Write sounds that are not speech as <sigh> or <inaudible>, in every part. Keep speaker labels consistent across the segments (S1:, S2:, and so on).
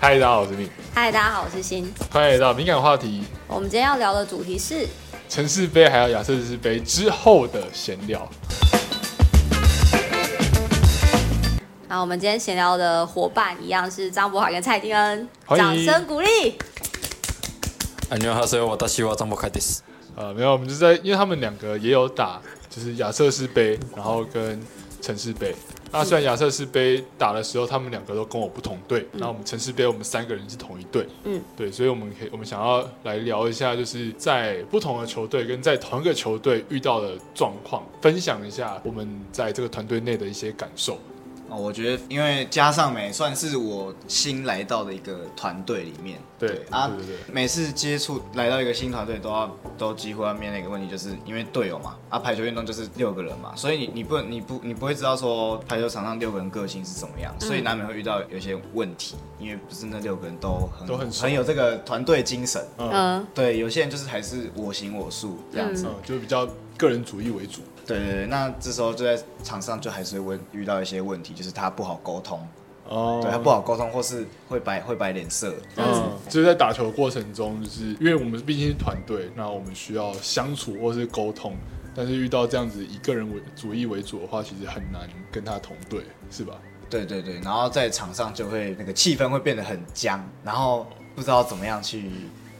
S1: 嗨，大家好，我是敏，
S2: 嗨，大家好，我是欣。
S1: 欢迎来到敏感话题
S2: 我们今天要聊的主题是，
S1: 城市杯还有亚瑟士杯之后的闲聊。
S2: 啊，我们今天闲聊的伙伴一样是张博海跟蔡丁恩，
S1: 欢
S2: 掌
S1: 迎
S2: 声鼓励。
S3: 안녕하세요，私は张博凯です。
S1: 呃，没有，我们就在，因为他们两个也有打，就是亚瑟士杯，然后跟城市杯。那虽然亚瑟士杯打的时候，他们两个都跟我不同队，那、我们城市杯我们三个人是同一队，
S2: 嗯，
S1: 对，所以我们可以我们想要来聊一下，就是在不同的球队跟在同一个球队遇到的状况，分享一下我们在这个团队内的一些感受。
S4: 哦，我觉得因为加上美算是我新来到的一个团队里面，
S1: 对
S4: 啊
S1: 对对，
S4: 每次接触来到一个新团队，都要都几乎要面临一个问题，就是因为队友嘛，啊，排球运动就是六个人嘛，所以你你不你不你不会知道说排球场上六个人个性是怎么样，所以难免会遇到有些问题，因为不是那六个人都很
S1: 都很熟
S4: 有这个团队精神，
S1: 嗯，嗯
S2: 嗯，
S4: 对，有些人就是还是我行我素这样子，
S1: 就是比较个人主义为主。
S4: 对对对，那这时候就在场上就还是会遇到一些问题，就是他不好沟通。
S1: 哦
S4: 对他不好沟通，或是会摆会摆脸色。
S1: 嗯，就是在打球过程中，就是因为我们毕竟是团队，那我们需要相处或是沟通，但是遇到这样子以个人为主义为主的话，其实很难跟他同队，是吧？
S4: 对对对，然后在场上就会那个气氛会变得很僵，然后不知道怎么样去。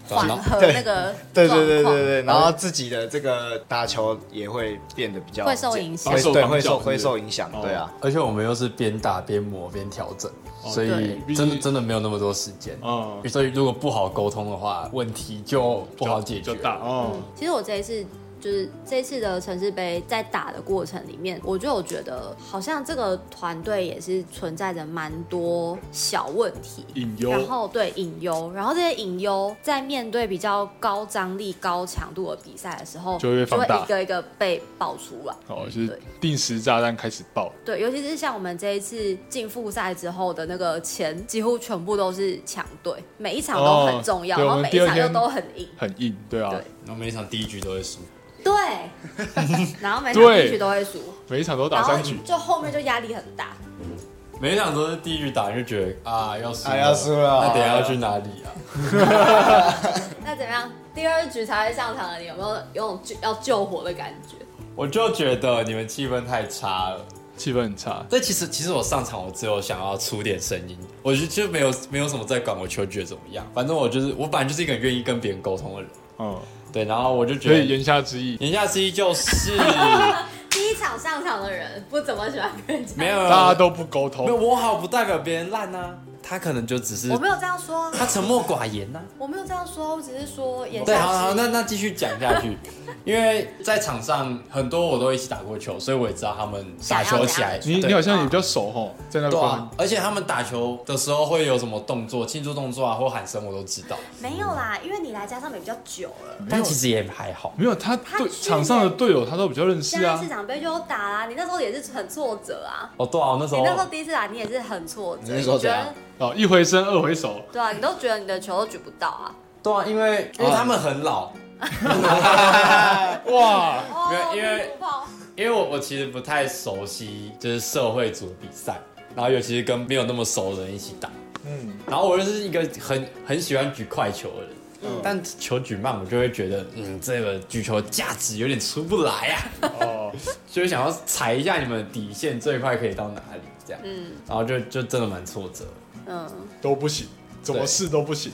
S2: 缓和
S4: 对
S2: 那个
S4: 对对对对
S2: 状况
S4: 对，对然后自己的这个打球也会变得比较
S2: 会受影响
S4: 会
S1: 绑手
S4: 对
S1: 绑
S4: 会
S1: 脚
S4: 受
S1: 是不
S4: 会
S1: 是
S4: 受影响
S1: 哦，
S4: 对啊。
S3: 而且我们又是边打边磨边调整，所
S2: 对
S3: 以
S1: 毕
S3: 真的
S1: 竟
S3: 真的没有那么多时间。
S1: 嗯，
S3: 所以如果不好沟通的话，问题就不好解决嗯
S1: 比较。大哦。
S2: 嗯其实我这一次就是这一次的城市杯在打的过程里面，我就有觉得好像这个团队也是存在着蛮多小问题。
S1: 隐忧，
S2: 然后对隐忧，然后这些隐忧在面对比较高张力、高强度的比赛的时候，
S1: 就会放大
S2: 一个一个被爆出来。
S1: 哦，就是
S2: 对
S1: 定时炸弹开始爆，
S2: 对，尤其是像我们这一次进复赛之后的那个钱，几乎全部都是强队，每一场都很重要，
S1: 哦对
S2: 然后
S1: 我
S2: 每
S1: 们
S2: 一场
S1: 第二
S2: 又
S1: 天
S2: 都很硬。
S1: 很硬，对啊，
S2: 对
S3: 然后每一场第一局都会输，
S1: <laughs>
S2: 对，然后每场
S1: 对
S2: 进去都会输，
S1: 每一场都
S2: 然
S1: 打
S2: 后
S1: 三局，
S2: 就后面就压力很大。
S3: 每一场都是第一局打就觉得啊要输
S4: 啊要输了
S3: 那等一下要去哪里啊？
S2: 那怎么样？第二局才会上场的你，有没有有种救要救火的感觉？
S3: <laughs> 我就觉得你们气氛太差了。
S1: 气氛很差。
S3: 但其实其实我上场，我只有想要出点声音，我就就没有没有什么在管我球局得怎么样。反正我就是我本来就是一个很愿意跟别人沟通的人，
S1: 嗯，
S3: 对。然后我就觉
S1: 所
S3: 得
S1: 以言下之意，
S3: 言下之意
S1: <laughs>
S3: 就是
S2: 第一场上场的人不怎么喜欢跟人
S3: 没
S2: 家，
S3: 有
S1: 大家都不沟
S3: 没有
S1: 通，
S3: 我好，不代表别人烂啊。他可能就只是
S2: 我没有这样说啊，
S3: 他沉默寡言
S1: <laughs>
S3: 呐、啊。
S2: 我没有这样说，我只是说眼
S3: 对，
S2: 下
S3: 好好，
S2: 之意
S3: 那那继续讲
S1: <laughs>
S3: 下去，因为在场上很多我都一起打过球，所以我也知道他们打球起来，
S1: 你
S3: 对嗯
S1: 你好像也比较熟吼，在那
S3: 对
S1: 边
S3: 啊，而且他们打球的时候会有什么动作、庆祝动作啊，或喊声，我都知道。
S2: 没有啦，因为你来加上美比较久了。
S3: 但其实也还好，
S1: 没有他
S2: 他
S1: 对
S2: 去
S1: 场上的队友他都比较认识
S2: 现在
S1: 啊
S2: 市，场杯就有打啦，你那时候也是很挫折啊。
S3: 哦，对啊，我那时
S2: 你
S3: 候
S2: 那时候第一次打，你也是很挫折，
S4: 你那时候
S2: 觉
S4: 怎样
S2: 得
S1: 哦，一回生二回熟，
S2: 对啊，你都觉得你的球都举不到啊。
S3: 对啊，因为因为他们很老，
S1: 哇，
S3: 没有
S2: 哦，
S3: 因为因为我我其实不太熟悉就是社会组的比赛，然后尤其是跟没有那么熟的人一起打，
S1: 嗯。
S3: 然后我又是一个很很喜欢举快球的人，但球举慢，我就会觉得，嗯，这个举球价值有点出不来啊， <laughs>
S1: 哦，
S3: 所以想要踩一下你们的底线，最快可以到哪里这样，
S2: 嗯
S3: 然后就就真的蛮挫折。
S2: 嗯，
S1: 都不行，怎么
S3: 对
S1: 试都不行。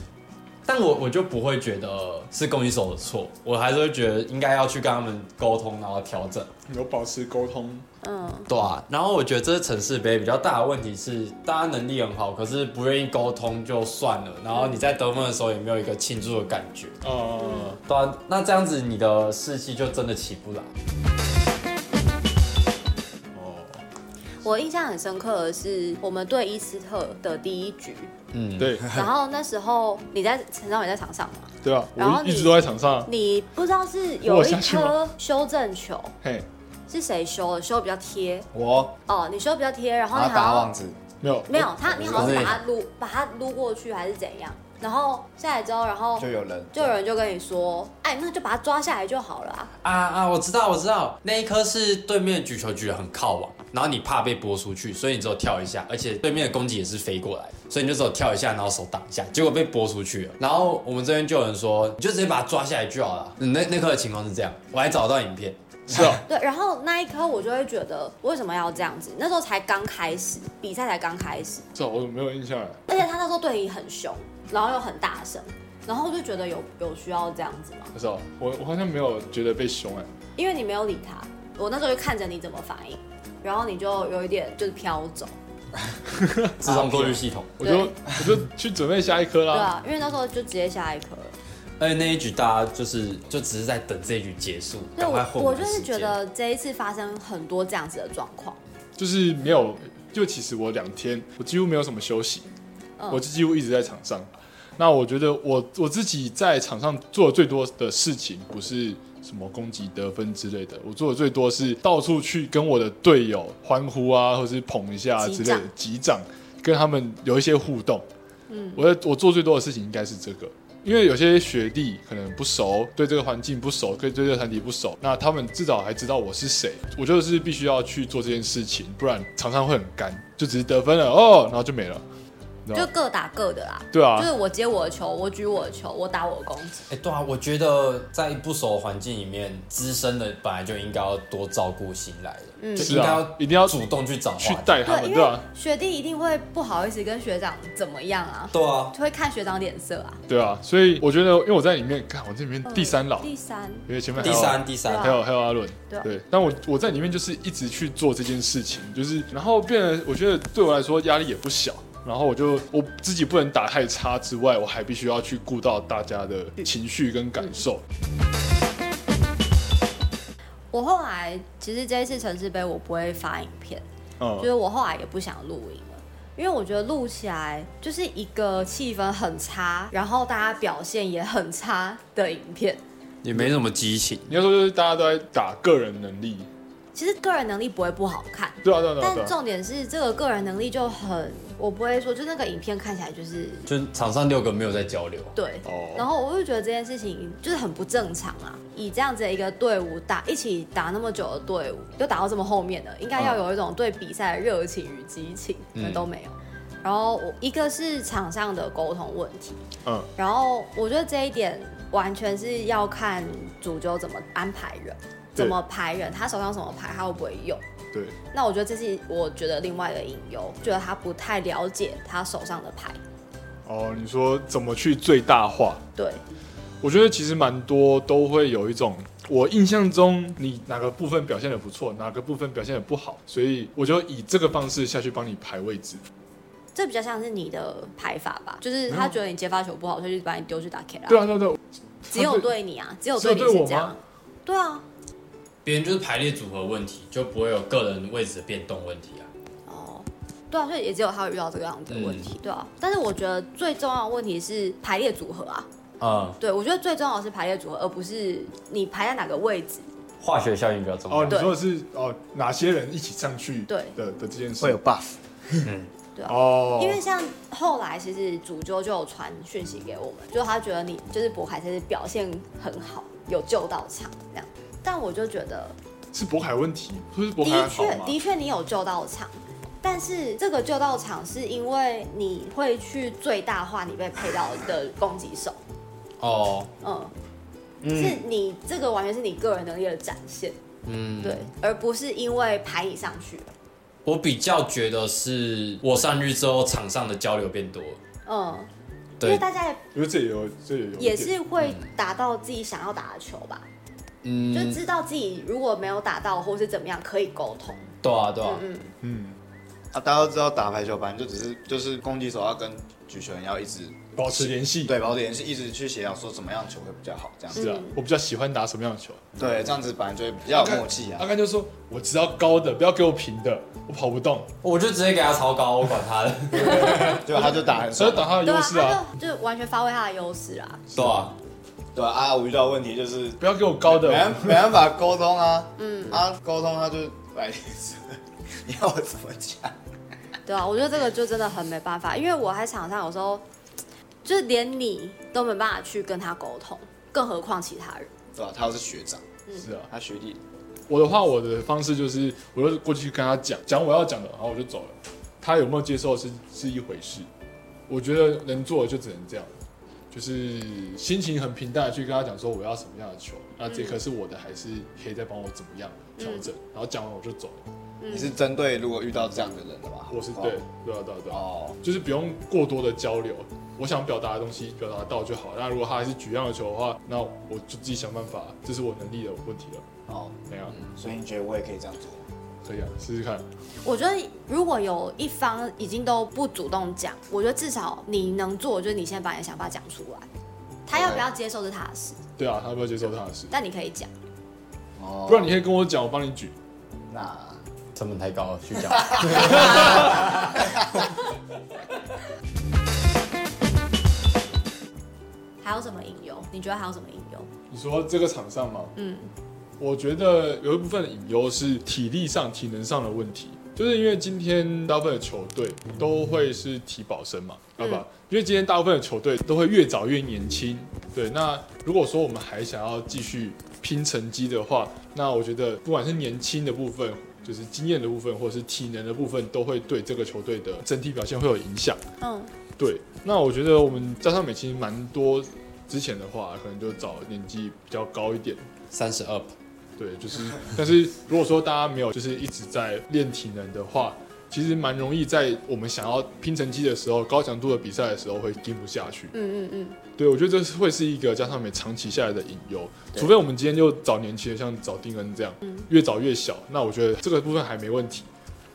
S3: 但我我就不会觉得呃是攻击手的错，我还是会觉得应该要去跟他们沟通，然后调整。
S1: 有保持沟通，
S2: 嗯，
S3: 对啊，然后我觉得这是城市杯比较大的问题是，大家能力很好，可是不愿意沟通就算了，然后你在得分的时候也没有一个庆祝的感觉。
S1: 呃，
S3: 对啊，那这样子你的士气就真的起不来。
S1: 哦，
S2: 我印象很深刻的是我们对伊斯特的第一局，
S3: 嗯，，
S1: 对
S2: 然后那时候你在陈少也在场上嘛，
S1: 对啊，
S2: 然后
S1: 我一直都在场上，
S2: 你不知道是
S1: 我
S2: 有一
S1: 下去吗
S2: 颗修正球
S1: 嘿，
S2: 是谁修的，修得比较贴
S4: 我
S2: 哦，你修得比较贴，然后
S4: 然
S2: 你
S4: 后打
S2: 好
S4: 网
S2: 像
S4: 子，
S1: 没有，
S2: 没有他，你好像
S3: 我
S2: 是把它撸把它撸过去还是怎样？然后下来之后，然后
S4: 就有人
S2: 哦就有人就跟你说，哎，那就把他抓下来就好了啊、
S3: 啊啊！我知道，我知道，那一颗是对面举球举得很靠网，然后你怕被拨出去，所以你只有跳一下，而且对面的攻击也是飞过来，所以你就只有跳一下，然后手挡一下，结果被拨出去了。然后我们这边就有人说，你就直接把它抓下来就好了。那那颗的情况是这样，我还找到影片，
S1: 是哦，
S2: 对，然后那一刻我就会觉得为什么要这样子？那时候才刚开始，比赛才刚开始，
S1: 是哦，我没有印象哎。
S2: 而且他那时候对你很凶，然后又很大声，然后我就觉得有有需要这样子吗？
S1: 是哦，我我好像没有觉得被凶哎。
S2: 因为你没有理他，我那时候就看着你怎么反应，然后你就有一点就是飘走，
S3: 自动过滤系统。
S1: 我就
S2: 对
S1: 我就去准备下一颗
S2: 对
S1: 啦。
S2: 啊，因为那时候就直接下一刻了。
S3: 而且那一局大家就是就只是在等这一局结束，
S2: 对，
S3: 赶快
S2: 我
S3: 混
S2: 我
S3: 完
S2: 就是
S3: 时间
S2: 觉得这一次发生很多这样子的状况，
S1: 就是没有，就其实我两天我几乎没有什么休息，
S2: 嗯
S1: 我几乎一直在场上。那我觉得我我自己在场上做的最多的事情不是什么攻击得分之类的，我做的最多是到处去跟我的队友欢呼啊，或是捧一下之类的，击掌，跟他们有一些互动。嗯，我在我做最多的事情应该是这个。因为有些学弟可能不熟，对这个环境不熟，对对这个团体不熟，那他们至少还知道我是谁。我就是必须要去做这件事情，不然常常会很干，就只是得分了哦，然后就没了。你知道吗
S2: 就各打各的啦。
S1: 对啊
S2: 就是我接我的球，我举我的球，我打我的攻击。
S3: 哎、对啊，我觉得在不熟的环境里面，资深的本来就应该要多照顾新来的，
S2: 嗯
S3: 就是应该
S1: 啊
S3: 要
S1: 一定要
S3: 主动去找
S1: 去
S3: 话题。
S1: 带他
S2: 对，
S1: 们，
S2: 因
S1: 对
S2: 为
S1: 啊，
S2: 学弟一定会不好意思跟学长怎么样啊，
S3: 对啊，
S2: 就会看学长脸色啊。
S1: 对啊，所以我觉得，因为我在里面，看我这里面第三老，
S2: 嗯第三，
S1: 因为前面还
S3: 第
S1: 有
S3: 三第三
S2: 对啊
S1: 还有还有阿伦，
S2: 对啊
S1: 对，但我我在里面就是一直去做这件事情，就是然后变得我觉得对我来说压力也不小，然后我就我自己不能打太差之外，我还必须要去顾到大家的情绪跟感受，
S2: 我后来其实这一次城市杯我不会发影片，
S1: 嗯
S2: 就，是我后来也不想录影了，因为我觉得录起来就是一个气氛很差，然后大家表现也很差的影片。
S3: 也没什么激情。
S1: 你要说就是大家都在打个人能力，
S2: 其实个人能力不会不好看，
S1: 对啊对啊对啊
S2: 但
S1: 对啊，
S2: 重点是这个个人能力就很，我不会说，就那个影片看起来就是
S3: 就场上六个没有在交流，啊
S2: 对，
S1: 哦
S2: 然后我就觉得这件事情就是很不正常啊！以这样子的一个队伍打一起打那么久的队伍，又打到这么后面的，应该要有一种对比赛的热情与激情，那、
S3: 嗯
S2: 都没有。然后我一个是场上的沟通问题，
S1: 嗯，
S2: 然后我觉得这一点完全是要看主教怎么安排人，
S1: 对
S2: 怎么排人，他手上什么牌他会不会用。
S1: 对，
S2: 那我觉得这是我觉得另外一个隐忧，觉得他不太了解他手上的牌。
S1: 哦，你说怎么去最大化？
S2: 对，
S1: 我觉得其实蛮多都会有一种，我印象中你哪个部分表现的不错，哪个部分表现的不好，所以我就以这个方式下去帮你排位置。
S2: 这比较像是你的排法吧，就是
S1: 没有
S2: 他觉得你接发球不好，所以就把你丢去打 K 啦。
S1: 对啊，对啊对啊，
S2: 只有对你啊，只有
S1: 只有
S2: 对你
S1: 对我
S2: 是这
S1: 吗
S2: 样。对啊，
S3: 别人就是排列组合问题，就不会有个人位置的变动问题啊。
S2: 哦，对啊，所以也只有他有遇到这个样子的问
S1: 嗯
S2: 题，对啊。但是我觉得最重要的问题是排列组合啊，
S3: 嗯，
S2: 对我觉得最重要的是排列组合，而不是你排在哪个位置。
S3: 化学效应比较重
S1: 哦，
S3: 要。
S1: 你说的是哦，哪些人一起上去
S2: 对
S1: 的的这件事
S4: 会有 buff，
S1: 哦，
S2: 因为像后来其实主揪就有传讯息给我们，就他觉得你就是博凯才是表现很好，有救到场这样。但我就觉得
S1: 是渤海问题，不是渤海好
S2: 的确，
S1: 吗？
S2: 的确你有救到场，但是这个救到场是因为你会去最大化你被配到的攻击手，
S3: 哦，
S2: 嗯，是你这个完全是你个人能力的展现，
S3: 嗯，
S2: 对，而不是因为排你上去了，
S3: 我比较觉得是我上去之后，场上的交流变多了。
S2: 嗯，因为
S3: 对，
S2: 大家
S1: 因为这也有这也有一点
S2: 也是会打到自己想要打的球吧，就
S3: 嗯，
S2: 知道自己如果没有打到或是怎么样可以沟通，
S3: 对啊，对啊，
S2: 嗯嗯，
S1: 嗯，
S4: 啊，大家都知道打排球班就只是就是攻击手要跟举球人要一直
S1: 保持联系。
S4: 对保持联系，一直去协调说怎么样球会比较好这样子。
S1: 是啊，我比较喜欢打什么样的球？
S4: 对，这样子本来就会比较有默契
S1: 阿
S4: 啊。
S1: 甘就说：“我只要高的，不要给我平的，我跑不动。
S4: 啊
S3: 我就直接给他超高，我管
S2: <laughs>
S3: 他的。
S4: 对，啊他就打”很
S1: 所
S4: 爽
S1: 以。打他的
S2: 对
S1: 优
S2: 啊，
S1: 势啊，
S2: 他就就完全发挥他的优势啊，
S3: 对啊，
S4: 对啊啊，我遇到的问题就是
S1: 不要给我高
S4: 没
S1: 的
S4: 办，没办法沟通啊。嗯，啊，沟通他就来， <laughs> 你要我怎么讲？
S2: 对啊，我觉得这个就真的很没办法，因为我在场上有时候，就是连你都没办法去跟他沟通，更何况其他人。
S4: 对吧、他又是学长，哦
S1: 是啊，
S4: 他学弟，
S1: 我的话，我的方式就是，我就过去跟他讲，讲我要讲的，然后我就走了。他有没有接受是是一回事，我觉得能做的就只能这样，就是心情很平淡的去跟他讲说我要什么样的球，那这颗是我的，还是可以再帮我怎么样调整？然后讲完我就走了，
S4: 你是针对如果遇到这样的人的吧？
S1: 我是对，对啊，对啊，对啊，
S4: 哦，
S1: 就是不用过多的交流。我想表达的东西表达到就好。那如果他还是举样的球的话，那我就自己想办法，这是我能力的问题了。
S4: 哦哦，
S1: 怎样？
S4: 所以你觉得我也可以这样做？
S1: 可以啊，试试看。
S2: 我觉得如果有一方已经都不主动讲，我觉得至少你能做，就是你先把你的想法讲出来。他要不要接受是他的事，
S1: 对啊，他要不要接受他的事？
S2: 但你可以讲。
S4: 哦
S1: 不然你可以跟我讲，我帮你举。
S4: 那 <laughs>
S3: 成本太高了，去讲。
S2: 还有什么隐忧？你觉得还有什么隐忧？
S1: 你说这个场上吗？
S2: 嗯，
S1: 我觉得有一部分的隐忧是体力上、体能上的问题，就是因为今天大部分的球队都会是体保生嘛，好吧？因为今天大部分的球队都会越早越年轻，对。那如果说我们还想要继续拼成绩的话，那我觉得不管是年轻的部分。就是经验的部分，或者是体能的部分，都会对这个球队的整体表现会有影响。
S2: 嗯，
S1: 对，那我觉得我们加上美其实蛮多之前的话，可能就找年纪比较高一点。
S3: 三十
S2: 哦
S3: 二，
S1: 对，就是， <laughs> 但是如果说大家没有就是一直在练体能的话，其实蛮容易在我们想要拼成绩的时候，高强度的比赛的时候会盯不下去。
S2: 嗯嗯嗯，
S1: 对，我觉得这是会是一个加上美长期下来的隐忧，
S2: 对
S1: 除非我们今天就找年轻的，像找丁恩这样
S2: 嗯，
S1: 越早越小，那我觉得这个部分还没问题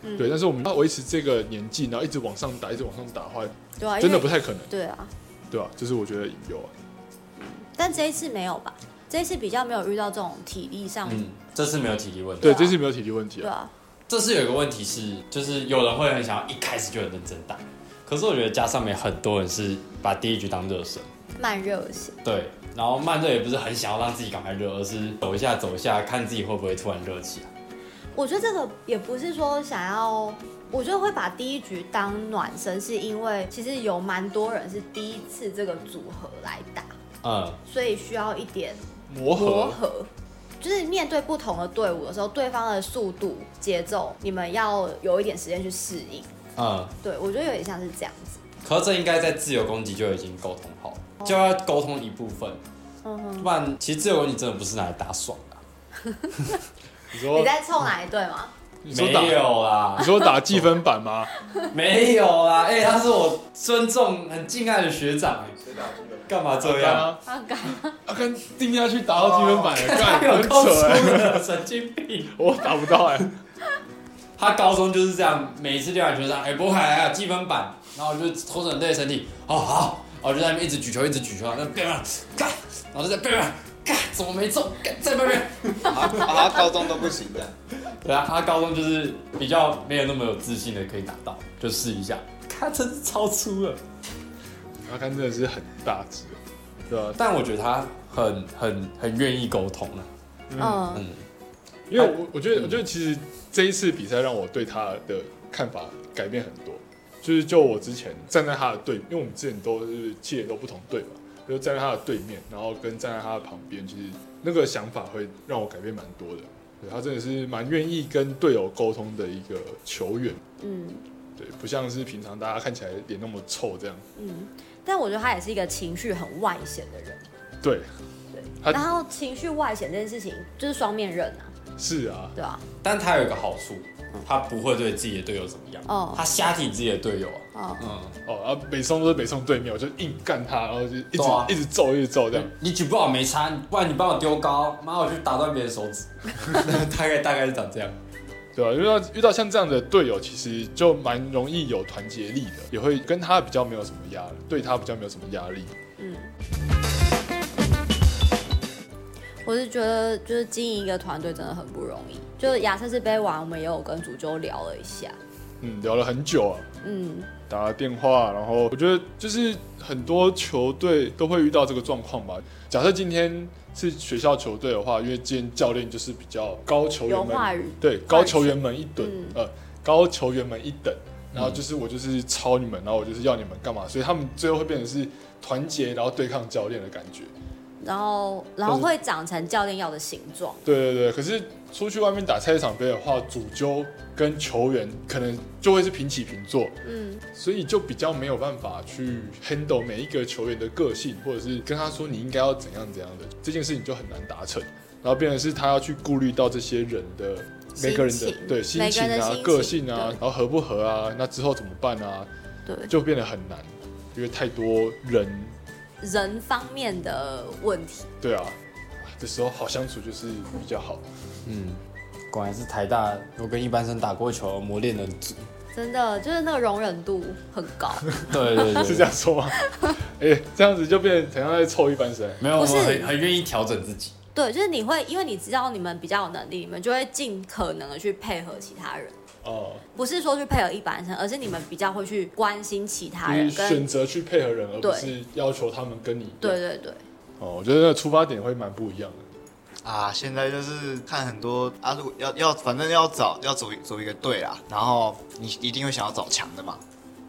S2: 嗯。
S1: 对，但是我们要维持这个年纪，然后一直往上打，一直往上打的话，
S2: 对啊，因为
S1: 真的不太可能，
S2: 对啊。
S1: 对吧、这是我觉得隐忧啊。
S2: 但这一次没有吧？这一次比较没有遇到这种体力上，
S3: 嗯，这次没有体力问题。
S1: 对，
S2: 对啊
S1: 这次没有体力问题
S2: 对
S1: 啊。
S2: 啊，
S3: 这次有一个问题是，就是有人会很想要一开始就很认真打，可是我觉得加上面很多人是把第一局当热身，
S2: 慢热型。
S3: 对，然后慢热也不是很想要让自己赶快热，而是走一下走一下，看自己会不会突然热起来。
S2: 我觉得这个也不是说想要，我觉得会把第一局当暖身，是因为其实有蛮多人是第一次这个组合来打，
S3: 嗯，
S2: 所以需要一点
S1: 磨
S2: 磨
S1: 合，
S2: 合。就是面对不同的队伍的时候，对方的速度、节奏，你们要有一点时间去适应。
S3: 嗯，
S2: 对我觉得有点像是这样子。
S3: 可是这应该在自由攻击就已经沟通好了，就要沟通一部分，
S2: 哦嗯哼，
S3: 不然其实自由攻击真的不是拿来打爽的、啊
S1: 你
S2: 你
S1: 说
S2: 在凑哪一队吗？
S1: 你说打
S3: 没有啦
S1: 你，说打计分板 <laughs> 吗？
S3: 没有啦，哎、他是我尊重、很敬爱的学长、哎，干嘛这
S1: 干
S3: 样？
S1: 啊，
S2: 啊，干
S1: 阿根定下去打到积分板了，
S3: 他
S1: 干
S3: 有
S1: 很
S3: 高中
S1: 扯欸，
S3: 了，神经病！
S1: 我打不到哎，
S3: 他高中就是这样，每一次练完球上，哎、渤海还有积分板，然后我就拖着很累的身体，哦好，然后我就在那边一直举球，一直举球，然后变变，干，然后就在变变，干，怎么没中？干，再变变。
S4: 啊，他高中都不行的，
S3: 对啊，他高中就是比较没有那么有自信的可以打到，就试一下。他真是超粗了，
S1: 阿根真的是很大只，对啊吧？
S3: 但我觉得他很很很愿意沟通啊。
S2: 嗯，
S3: 嗯，
S1: 因为我我觉得我觉得其实这一次比赛让我对他的看法改变很多，就是就我之前站在他的对，因为我们之前都是气也都不同队嘛，就站在他的对面，然后跟站在他的旁边，其实那个想法会让我改变蛮多的。对他真的是蛮愿意跟队友沟通的一个球员，
S2: 嗯
S1: 对，不像是平常大家看起来脸那么臭这样。
S2: 嗯，但我觉得他也是一个情绪很外显的人。
S1: 对，他
S2: 对，然后情绪外显这件事情就是双面刃啊，
S1: 是啊，
S2: 对吧、
S3: 但他有一个好处，他不会对自己的队友怎么样，
S2: 哦
S3: 他瞎挺自己的队友啊。
S2: 哦，
S3: 嗯，
S1: 哦，然后北宋都是北宋对面，我就硬干他，然后就一直、
S3: 对啊
S1: 一直揍，一直揍这样。
S3: 你举不好没差，不然你帮我丢高，妈我去打断别人手 <laughs> 指。大概大概是长这样。
S1: 对啊，遇到遇到像这样的队友，其实就蛮容易有团结力的，也会跟他比较没有什么压，对他比较没有什么压力。
S2: 嗯。我是觉得，就是经营一个团队真的很不容易。就亚瑟士杯完，我们也有跟主揪聊了一下，
S1: 嗯，聊了很久啊，
S2: 嗯，
S1: 打了电话，然后我觉得就是很多球队都会遇到这个状况吧。假设今天是学校球队的话，因为今天教练就是比较高球
S2: 有
S1: 员们
S2: 话语，
S1: 对，高球员们一等，
S2: 嗯
S1: 呃，高球员们一等，然后就是我就是抄你们，然后我就是要你们干嘛，所以他们最后会变成是团结，然后对抗教练的感觉。
S2: 然后然后会长成教练要的形状。
S1: 对对对，可是出去外面打菜市场杯的话，主揪跟球员可能就会是平起平坐，
S2: 嗯，
S1: 所以就比较没有办法去 handle 每一个球员的个性，或者是跟他说你应该要怎样怎样的这件事情就很难达成。然后变成是他要去顾虑到这些人的每个人
S2: 心
S1: 的
S2: 情
S1: 对心
S2: 每个
S1: 情
S2: 人的
S1: 啊、
S2: 心情
S1: 个性啊
S2: 对，
S1: 然后合不合啊，那之后怎么办啊，
S2: 对，
S1: 就变得很难，因为太多人，
S2: 人方面的问题。
S1: 对啊，啊这时候好相处就是比较好。
S3: 嗯，果然是台大，我跟一般生打过球，磨练的足。
S2: 真的就是那个容忍度很高，
S3: 对对 <laughs> 对，
S1: 是这样说 <laughs> 吗？哎、这样子就变成怎样在凑一般生？
S3: 没有，
S2: 不
S3: 我
S2: 是
S3: 们很很愿意调整自己。
S2: 对，就是你会因为你知道你们比较有能力，你们就会尽可能的去配合其他人，
S1: 哦，
S2: 不是说去配合一般生，而是你们比较会去关心其他
S1: 就是
S2: 人跟
S1: 选择去配合人，而不
S2: 对
S1: 是要求他们跟你。
S2: 对对对，
S1: 哦，我觉得那个出发点会蛮不一样的。
S4: 啊，现在就是看很多啊，如果要要反正要找要组组一个队啦，然后你一定会想要找强的嘛。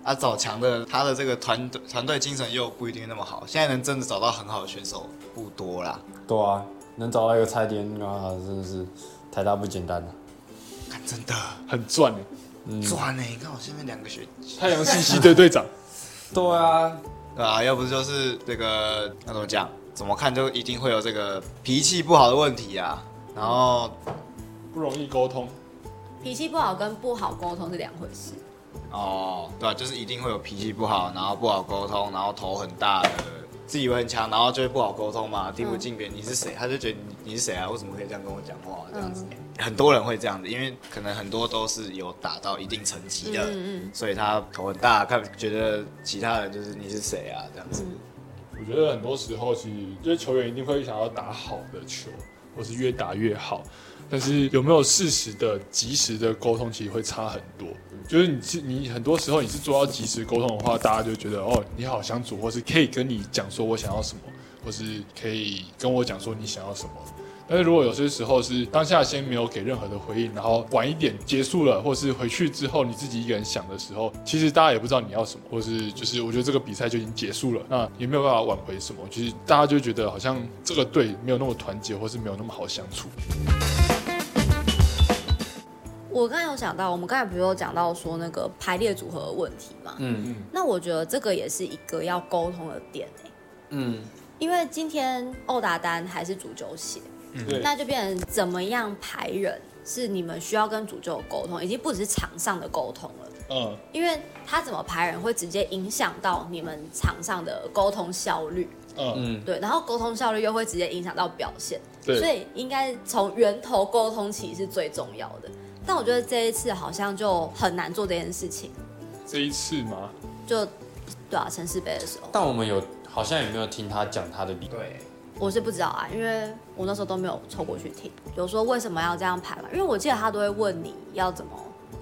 S4: 啊，找强的，他的这个团队团队精神又不一定那么好。现在能真的找到很好的选手不多啦，
S3: 对啊，能找到一个菜点啊，真的是台大不简单啊。
S4: 看真的
S1: 很赚欸
S4: 赚呢、你看我下面两个学，
S1: 太阳信息队队长，
S3: 对啊，
S4: 对啊，要不就是这个那怎么讲？怎么看就一定会有这个脾气不好的问题啊。然后
S1: 不容易沟通，
S2: 脾气不好跟不好沟通是两回事。
S4: 哦，对啊，就是一定会有脾气不好，然后不好沟通，然后头很大的，自以为很强，然后就会不好沟通嘛，听不进别人你是谁，他就觉得你你是谁啊，为什么可以这样跟我讲话这样子、
S2: 嗯
S4: 很多人会这样子，因为可能很多都是有打到一定成绩的，
S2: 嗯嗯
S4: 所以他头很大，看觉得其他人就是你是谁啊这样子。
S1: 我觉得很多时候其实就是球员一定会想要打好的球，或是越打越好，但是有没有适时的、及时的沟通，其实会差很多。就是你是你很多时候你是做到及时沟通的话，大家就觉得哦你好相处，或是可以跟你讲说我想要什么，或是可以跟我讲说你想要什么。但是如果有些时候是当下先没有给任何的回应，然后晚一点结束了，或是回去之后你自己一个人想的时候，其实大家也不知道你要什么，或是就是我觉得这个比赛就已经结束了，那也没有办法挽回什么。其实大家就觉得好像这个队没有那么团结，或是没有那么好相处。
S2: 我刚才有想到，我们刚才不是有讲到说那个排列组合的问题嘛？
S3: 嗯
S2: 那我觉得这个也是一个要沟通的点、欸、
S3: 嗯，
S2: 因为今天殴打单还是主轴写，
S1: 对
S2: 那就变成怎么样排人是你们需要跟主教有沟通，已经不只是场上的沟通了，
S1: 嗯，
S2: 因为他怎么排人会直接影响到你们场上的沟通效率，
S1: 嗯，
S3: 嗯，
S2: 对，然后沟通效率又会直接影响到表现，
S1: 对
S2: 所以应该从源头沟通起是最重要的。但我觉得这一次好像就很难做这件事情，
S1: 这一次嘛，
S2: 就对啊，城市杯的时候
S3: 但我们有好像也没有听他讲他的理由。
S4: 对，
S2: 我是不知道啊，因为我那时候都没有凑过去听，有说为什么要这样排嘛，因为我记得他都会问你要怎么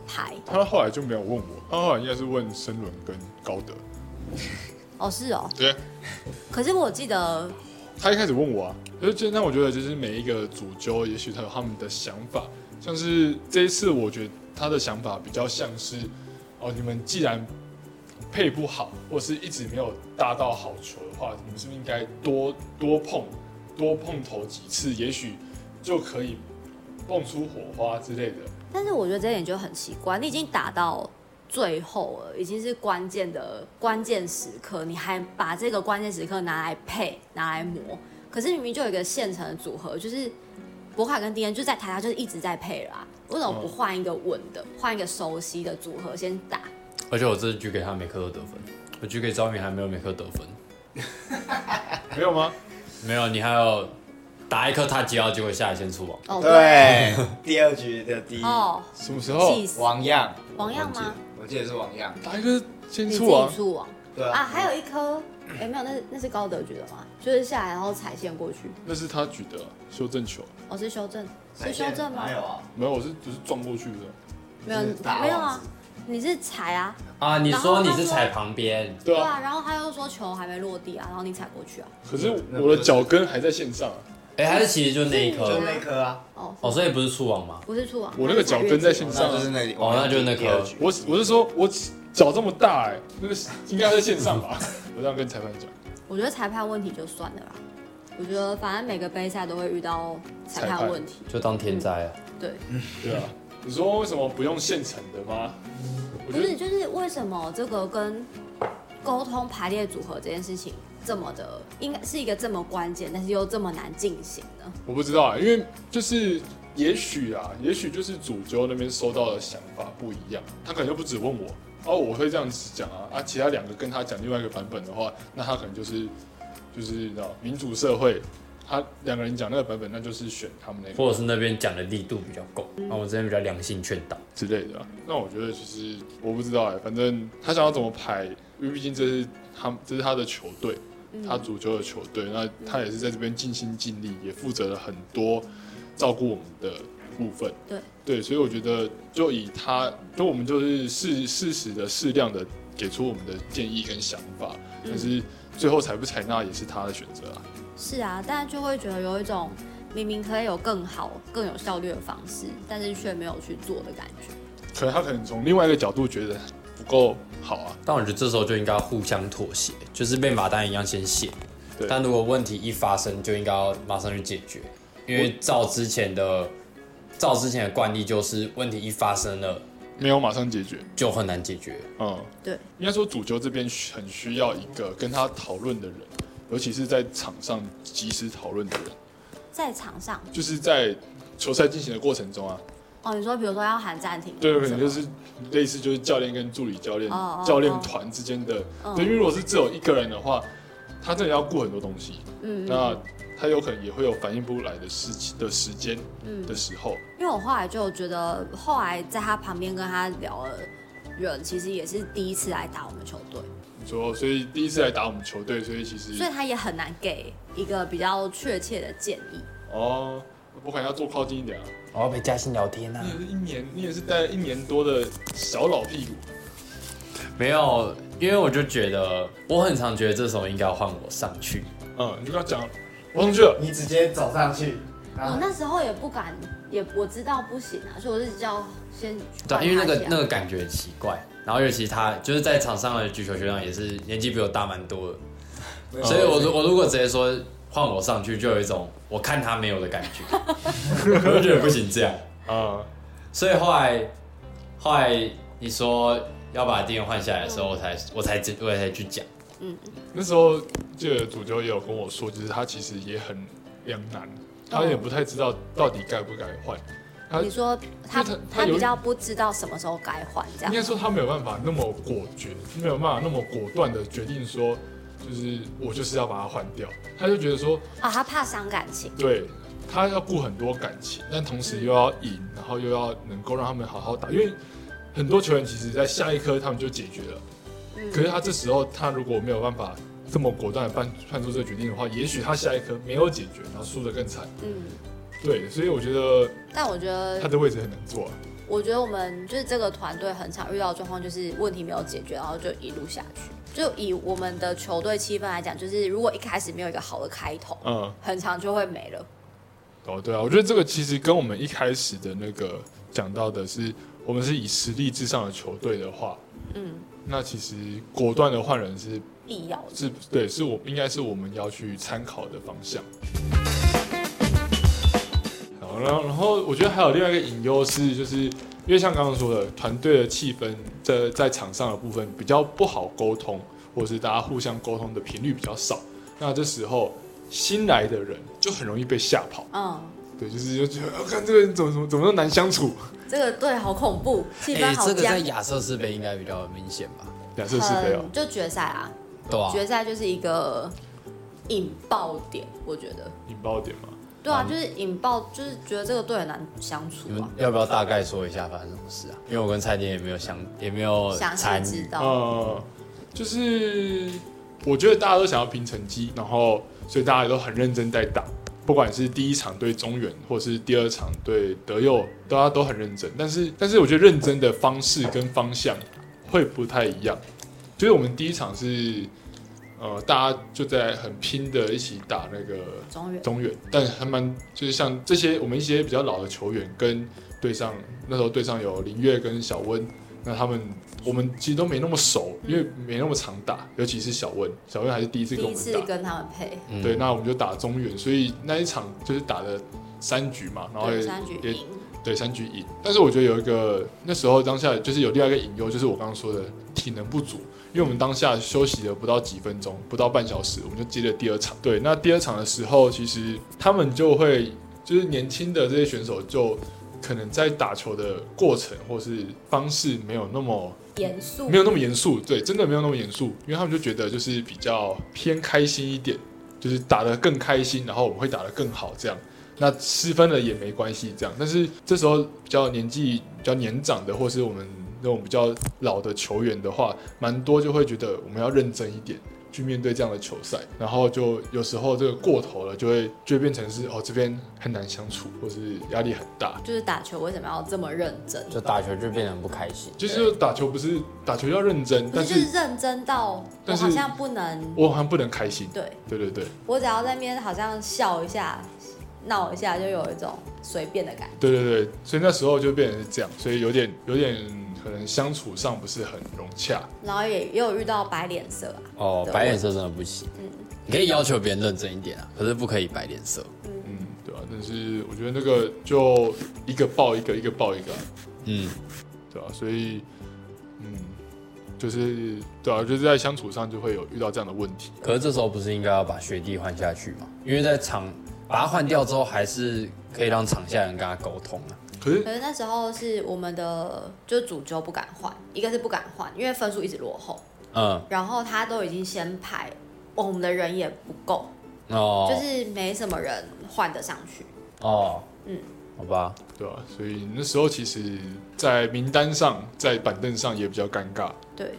S2: 排，
S1: 他后来就没有问我，他后来应该是问申伦跟高德。
S2: 哦，是哦。
S1: 对，
S2: 可是我记得，
S1: 他一开始问我啊，就是真那我觉得就是每一个主揪，也许他有他们的想法，像是这一次，我觉得他的想法比较像是，哦，你们既然配不好，或是一直没有搭到好球的话，你们是不是应该多多碰，多碰头几次，也许就可以蹦出火花之类的。
S2: 但是我觉得这一点就很奇怪，你已经打到最后了，已经是关键的关键时刻，你还把这个关键时刻拿来配，拿来磨。可是明明就有一个现成的组合，就是博卡跟丁恩就在台下就是一直在配啦、为什么不换一个稳的，换一个熟悉的组合先打？
S3: 而且我这次举给他每颗都得分，我举给张敏还没有每颗得分。
S1: 没有吗？
S3: 没有，你还有打一颗他接到，结果下来先出网。
S2: 哦，，
S4: 对，第二局的第一，
S2: 哦，
S1: 什么时候？
S2: 气死
S4: 王样，
S2: 王样
S4: 我记得
S2: 吗？
S4: 我记得是王样，
S1: 打一个先
S2: 你自
S1: 出
S2: 己
S1: 啊！
S2: 出网
S4: 对
S2: 啊，
S4: 啊，
S2: 还有一颗，哎、没有，那是那是高德举的嘛，就是下来然后踩线过去。
S1: 那是他举的啊修正球，
S2: 我、是修正，是修正吗？
S4: 没有啊，
S1: 没有，我是只是撞过去的。
S2: 没有，
S4: 就是打
S2: 没有
S4: 网
S2: 啊，你是踩啊，
S3: 啊，你说你是踩旁边，
S1: 对啊，
S2: 啊，然后他又说球还没落地啊，然后你踩过去啊，
S1: 可是我的脚跟还在线上啊。
S3: 哎、还是其实就那一
S4: 就
S3: 颗
S2: 是。
S4: 那颗啊，
S2: 哦，
S3: 哦，所以不是出网吗？
S2: 不是触网，
S1: 我那个脚跟在线上
S4: 那就是那里，
S3: 哦那就是那颗
S4: 第二局
S1: 我我是说，我脚这么大哎、那个应该在线上吧？我这样跟裁判讲，
S2: 我我觉得裁判问题就算了啦。我觉得反正每个杯赛都会遇到裁
S1: 裁判
S2: 判问题，
S3: 就当天灾啊。
S2: 对，
S1: 对啊，你说为什么不用现成的吗？我
S2: 不
S1: 觉
S2: 是
S1: 得
S2: 就是为什么这个跟沟通排列组合这件事情这么的，应该是一个这么关键，但是又这么难进行呢？
S1: 我不知道啊、因为就是也许啊，也许就是主教那边收到的想法不一样，他可能就不只问我，哦，我会这样子讲啊，啊，其他两个跟他讲另外一个版本的话，那他可能就是就是你知道民主社会，他两个人讲那个版本，那就是选他们那个
S3: 或者是那边讲的力度比较够，那我这边比较良性劝导。
S1: 之类的啊、那我觉得其实我不知道哎、反正他想要怎么排，因为毕竟这是他们这是他的球队，他主球的球队，那他也是在这边尽心尽力，也负责了很多照顾我们的部分。
S2: 对
S1: 对，所以我觉得就以他，就我们就是适适时的适量的给出我们的建议跟想法，但是最后采不采纳也是他的选择啊。
S2: 是啊，但就会觉得有一种明明可以有更好、更有效率的方式，但是却没有去做的感觉。
S1: 可能他可能从另外一个角度觉得不够好啊，
S3: 但我觉得这时候就应该互相妥协，就是被罚单一样先写
S1: 对。
S3: 但如果问题一发生，就应该要马上去解决，因为照之前的照之前的惯例，就是问题一发生了
S1: 没有马上解决，
S3: 就很难解决。
S1: 嗯。
S2: 对，
S1: 应该说主教这边需很需要一个跟他讨论的人，尤其是在场上及时讨论的人，
S2: 在场上
S1: 就是在球赛进行的过程中啊，
S2: 哦，你说比如说要喊暂停，
S1: 对，可
S2: 什
S1: 能
S2: 么
S1: 就是类似就是教练跟助理教练、
S2: 啊哦哦
S1: 教练团之间的，
S2: 嗯
S1: 对，因为如果是只有一个人的话，他真的要顾很多东西，
S2: 嗯，嗯
S1: 那他有可能也会有反应不来的事情的时间
S2: 嗯
S1: 的时候，
S2: 因为我后来就觉得，后来在他旁边跟他聊的人，其实也是第一次来打我们球队，
S1: 你说，所以第一次来打我们球队，所以其实
S2: 所以他也很难给一个比较确切的建议。
S1: 哦，我可能要坐靠近一点啊。
S3: 我要陪哦嘉欣聊天啊
S1: 你也是一年，你也是带了一年多的小老屁股。
S3: 没有，因为我就觉得我很常觉得这时候应该要换我上去，
S1: 嗯，你就跟他讲，我上去了。
S5: 你直接走上去，
S1: 啊
S5: 然
S2: 我
S5: 后
S2: 那时候也不敢，也我知道不行啊，所以我是叫先
S3: 对，啊因为那个那
S2: 个
S3: 个感觉很奇怪。然后尤其他就是在场上的举球学长也是年纪比我大蛮多的，所以
S2: 哦
S3: 我如我如果直接说换我上去，就有一种我看他没有的感
S2: <laughs>
S3: 觉，我就觉得不行这样。
S1: 啊、
S3: 所以后来后来你说要把店员换下来的时候，我才我才知我才去讲，
S1: 那时候记得主教也有跟我说，就是他其实也很两难，他有点不太知道到底该不该换。他
S2: 你说他
S1: 因为他他
S2: 他
S1: 有
S2: 比较不知道什么时候该换这
S1: 应该
S2: 样，
S1: 说他没有办法那么果决，没有办法那么果断的决定说，就是我就是要把它换掉。他就觉得说，
S2: 啊，他怕伤感情，
S1: 对他要顾很多感情，但同时又要赢，然后又要能够让他们好好打，因为很多球员其实在下一刻他们就解决了，
S2: 嗯
S1: 可是他这时候他如果没有办法这么果断的判判出这个决定的话，也许他下一刻没有解决，然后输得更惨。
S2: 嗯，
S1: 对，所以我觉得
S2: 但我觉得
S1: 他的位置很难做、啊。
S2: 我觉得我们就是这个团队很常遇到的状况，就是问题没有解决，然后就一路下去。就以我们的球队气氛来讲，就是如果一开始没有一个好的开头，
S1: 嗯，
S2: 很长就会没了。
S1: 哦，对啊，我觉得这个其实跟我们一开始的那个讲到的是，我们是以实力至上的球队的话，
S2: 嗯，
S1: 那其实果断的换人是
S2: 必要的。
S1: 是对，是我应该是我们要去参考的方向。好，然后然后我觉得还有另外一个隐忧是，就是因为像刚刚说的，团队的气氛在在场上的部分比较不好沟通，或是大家互相沟通的频率比较少，那这时候新来的人就很容易被吓跑。
S2: 嗯，
S1: 对，就是就觉得，啊看这个人怎么怎么怎么那么难相处，
S2: 这个队好恐怖，气氛
S1: 哎
S2: 好
S3: 这个在
S2: 僵。
S3: 亚瑟士杯应该比较明显吧？
S1: 假设是嗯没有
S2: 很，就决赛啊，
S3: 对啊，
S2: 决赛就是一个引爆点，我觉得。
S1: 引爆点嘛。
S2: 对啊，就是引爆，就是觉得这个队很难相处
S3: 你们
S1: 嗯
S2: 啊。
S3: 要不要大概说一下发生什么事啊？因为我跟蔡丁也没有想，也没有
S2: 详细
S3: 参
S2: 知
S3: 与。
S2: 道，
S1: 呃，就是我觉得大家都想要拼成绩，然后所以大家也都很认真在打，不管是第一场对中原，或是第二场对德佑，大家都很认真。但是，但是我觉得认真的方式跟方向会不太一样。就是我们第一场是，呃，大家就在很拼的一起打那个
S2: 中原
S1: 中远，但还蛮就是像这些我们一些比较老的球员跟对上那时候对上有林月跟小温，那他们我们其实都没那么熟，因为没那么常打，尤其是小温，小温还是第一次
S2: 第
S1: 跟我
S2: 一
S1: 们
S2: 次
S1: 打。
S2: 跟他们配，
S3: 嗯
S1: 对，那我们就打中原，所以那一场就是打的三局嘛，然后也
S2: 对三局
S1: 也
S2: 赢，
S1: 对三局赢。但是我觉得有一个那时候当下就是有另外一个隐忧，就是我刚刚说的体能不足，因为我们当下休息了不到几分钟，不到半小时，我们就接了第二场。对，那第二场的时候，其实他们就会就是年轻的这些选手就。可能在打球的过程或是方式没有那么
S2: 严肃
S1: 没有那么严肃，对，真的没有那么严肃，因为他们就觉得就是比较偏开心一点，就是打得更开心，然后我们会打得更好这样。那失分了也没关系这样，但是这时候比较年纪比较年长的，或是我们那种比较老的球员的话，蛮多就会觉得我们要认真一点。去面对这样的球赛，然后就有时候这个过头了，就会就会变成是哦这边很难相处，或是压力很大。
S2: 就是打球为什么要这么认真？
S3: 就打球就变得很不开心。
S1: 就是打球不是打球要认真，
S2: 不
S1: 但
S2: 是就是是认真到我
S1: 但是
S2: 好像不能，
S1: 我好像不能开心。
S2: 对
S1: 对对对，
S2: 我只要在那边好像笑一下、闹一下，就有一种随便的感觉。
S1: 对对对，所以那时候就变成是这样，所以有点有点可能相处上不是很融洽。
S2: 然后也也有遇到白脸色啊，
S3: 哦，
S2: 对嗯
S3: 白脸色真的不行。你可以要求别人认真一点啊，可是不可以白脸色。
S1: 嗯，对吧、但是我觉得那个就一个抱一个，一个抱一个啊，
S3: 嗯，
S1: 对吧、所以，嗯，就是对啊，就是在相处上就会有遇到这样的问题。
S3: 可是这时候不是应该要把学弟换下去吗？因为在场把他换掉之后，还是可以让场下人跟他沟通啊。
S1: 可是
S2: 可是那时候是我们的就主揪不敢换，一个是不敢换，因为分数一直落后，
S3: 嗯，
S2: 然后他都已经先排，我们的人也不够，
S3: 哦，
S2: 就是没什么人换得上去。
S3: 哦，
S2: 嗯
S3: 嗯，好吧，
S1: 对吧、所以那时候其实，在名单上，在板凳上也比较尴尬。
S2: 对，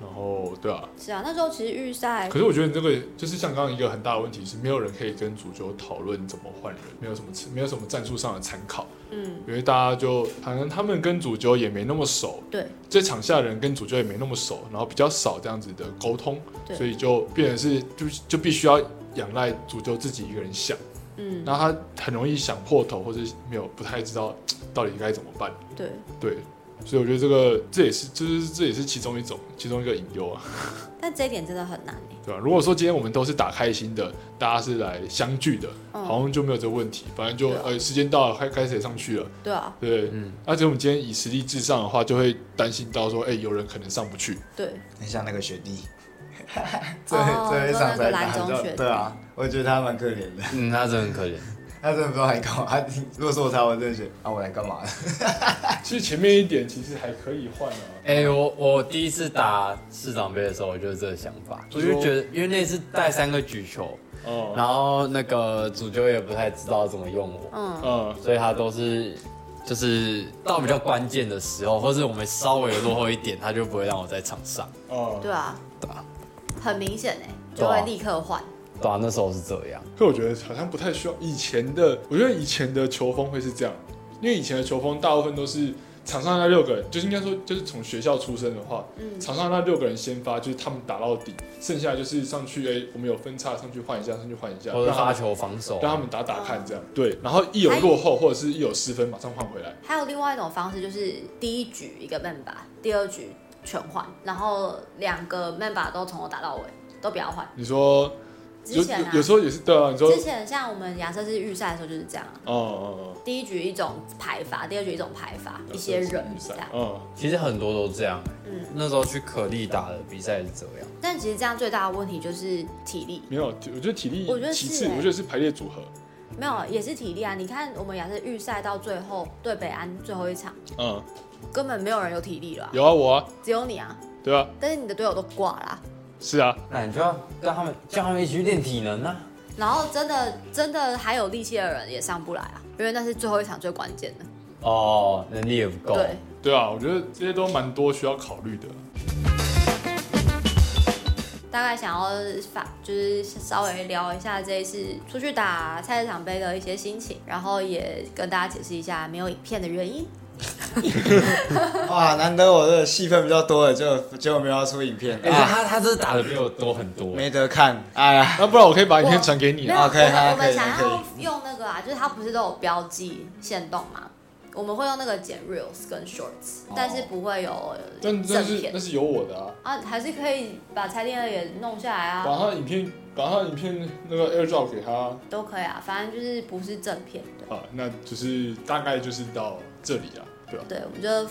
S1: 然后，对啊，
S2: 是啊，那时候其实预赛
S1: 可是我觉得这个就是像刚刚一个很大的问题是，没有人可以跟主角讨论怎么换人，没有什么没有什么战术上的参考，
S2: 嗯，
S1: 因为大家就反正他们跟主角也没那么熟，
S2: 对，
S1: 这场下人跟主角也没那么熟，然后比较少这样子的沟通，
S2: 对
S1: 所以就变成是就就必须要仰赖主角自己一个人想，
S2: 嗯，
S1: 那他很容易想破头，或者没有不太知道到底该怎么办，
S2: 对，
S1: 对，所以我觉得这个这也是就是这也是其中一种其中一个隐忧啊。
S2: 但这一点真的很难欸
S1: 对吧、如果说今天我们都是打开心的，大家是来相聚的，
S2: 嗯
S1: 好像就没有这个问题。反正就
S2: 对啊
S1: 呃，时间到了，该该谁上去了，
S2: 对啊，
S1: 对不对？
S3: 嗯，
S1: 而且我们今天以实力至上的话，就会担心到说，哎、有人可能上不去。
S2: 对，
S4: 很像那个学 <laughs> 弟，
S2: 哦
S4: 这
S2: 说那
S4: 一场
S2: 个
S4: 才
S2: 蓝
S4: 打
S2: 中
S4: 到
S2: 学弟
S4: 对啊，我觉得他蛮可怜的， <laughs>
S3: 嗯，他真的很可
S1: <laughs>
S3: 怜。
S4: 他真的不知道来干嘛。他如果是我他，我真的觉得啊，我来干嘛的？
S1: 其实前面一点其实还可以换啊，
S3: 哎、我我第一次打市长杯的时候，我就是这个想法，我就觉得，因为那次带三个举球，
S1: 哦，
S3: 然后那个主角也不太知道怎么用我，
S2: 嗯，
S1: 嗯，
S3: 所以他都是就是到比较关键的时候，或是我们稍微落后一点，他就不会让我在场上。
S1: 哦。
S2: 对啊，
S3: 对啊
S2: 很明显哎，
S3: 对
S2: 就
S3: 啊
S2: 会立刻换，
S3: 对啊，那时候是这样。
S1: 可我觉得好像不太需要以前的，我觉得以前的球风会是这样，因为以前的球风大部分都是场上那六个人，就是应该说就是从学校出身的话，
S2: 嗯
S1: 场上那六个人先发，就是他们打到底，剩下就是上去哎、我们有分叉上去换一下，上去换一下，
S3: 或者
S1: 让他
S3: 发
S1: 们
S3: 球、防守、
S1: 让他们打打哦看这样，对，然后一有落后或者是一有失分马上换回来，
S2: 还有另外一种方式，就是第一局一个 man 吧，第二局全换，然后两个 man 吧都从头打到尾，都不要换。
S1: 你说有
S2: 之前啊
S1: 有有，时候也是对啊，你说
S2: 之前像我们亚瑟士预赛的时候就是这样啊，
S1: 哦哦哦，
S2: 第一局一种排法，第二局一种排法，一些人这样。
S1: 嗯，
S3: 其实很多都这样。
S2: 嗯
S3: 那时候去可力打的比赛是这样。
S2: 但其实这样最大的问题就是体力，
S1: 没有，我觉得体力
S2: 我觉得
S1: 其
S2: 是
S1: 次，
S2: 欸
S1: 我觉得是排列组合，
S2: 没有也是体力啊。你看我们亚瑟预赛到最后对北安最后一场，
S1: 嗯，
S2: 根本没有人有体力了啊、
S1: 有啊我啊，
S2: 只有你啊。
S1: 对啊，
S2: 但是你的队友都挂了啊、
S1: 是啊，
S3: 那你就要跟他们叫他们一起去练体能啊。
S2: 然后真的真的还有力气的人也上不来啊，因为那是最后一场最关键的。
S3: 哦，能力也不够。
S2: 对，
S1: 对啊，我觉得这些都蛮多需要考虑的。
S2: 大概想要发，就是稍微聊一下这一次出去打菜市场杯的一些心情，然后也跟大家解释一下没有影片的原因。
S4: <laughs> 哇，难得我的戏份比较多了，就结果没有要出影片
S3: 哎、
S4: 啊，
S3: 他他这打的比我多很多。
S4: 没得看，哎呀，
S1: 那不然我可以把影片传给你
S2: 没
S1: 啊。
S2: 有，
S4: 啊
S2: 我
S4: 可以
S2: 们
S4: 啊
S2: 我
S4: 可
S2: 们
S4: 以
S2: 想
S4: 可以
S2: 要用那个啊，就是它不是都有标记限动嘛？我们会用那个剪 reels 跟 shorts，
S1: 哦
S2: 但是不会有
S1: 但但
S2: 正
S1: 是
S2: 片
S1: 那是有我的啊，
S2: 啊，还是可以把彩电也弄下来
S1: 把
S2: 啊，
S1: 他的影片把他的影片那个 AirDrop 给他
S2: 都可以啊，反正就是不是正片对。
S1: 啊，那就是大概就是到这里啊，对吧、
S2: 对，我们就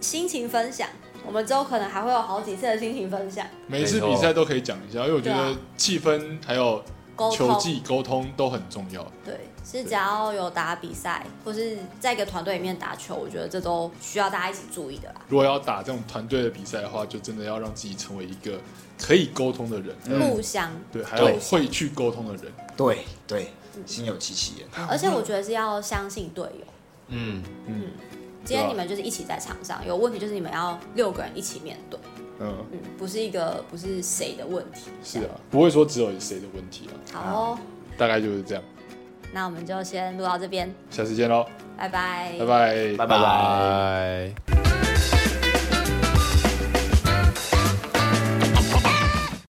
S2: 心情分享，我们之后可能还会有好几次的心情分享，
S1: 每一次比赛都可以讲一下，因为我觉
S2: 对
S1: 得
S2: 啊
S1: 气氛还有
S2: 沟
S1: 球
S2: 通。
S1: 技沟通都很重要。
S2: 对，是只要有打比赛或是在一个团队里面打球，我觉得这都需要大家一起注意的啦。
S1: 如果要打这种团队的比赛的话，就真的要让自己成为一个可以沟通的人，嗯
S2: 互相，
S1: 对，还有会去沟通的人。
S4: 对对，心有戚戚焉。啊
S1: 嗯
S2: 而且我觉得是要相信队友。
S3: 嗯，
S2: 今天你们就是一起在场上，有问题就是你们要六个人一起面对，
S1: 嗯，
S2: 嗯，不是一个不是谁的问题。
S1: 是啊，不会说只有谁的问题啊，
S2: 这样，好哦，
S1: 大概就是这样。
S2: 那我们就先录到这边，
S1: 下次见喽，
S2: 哎拜拜，
S1: 拜拜，
S4: 拜拜
S3: 拜拜。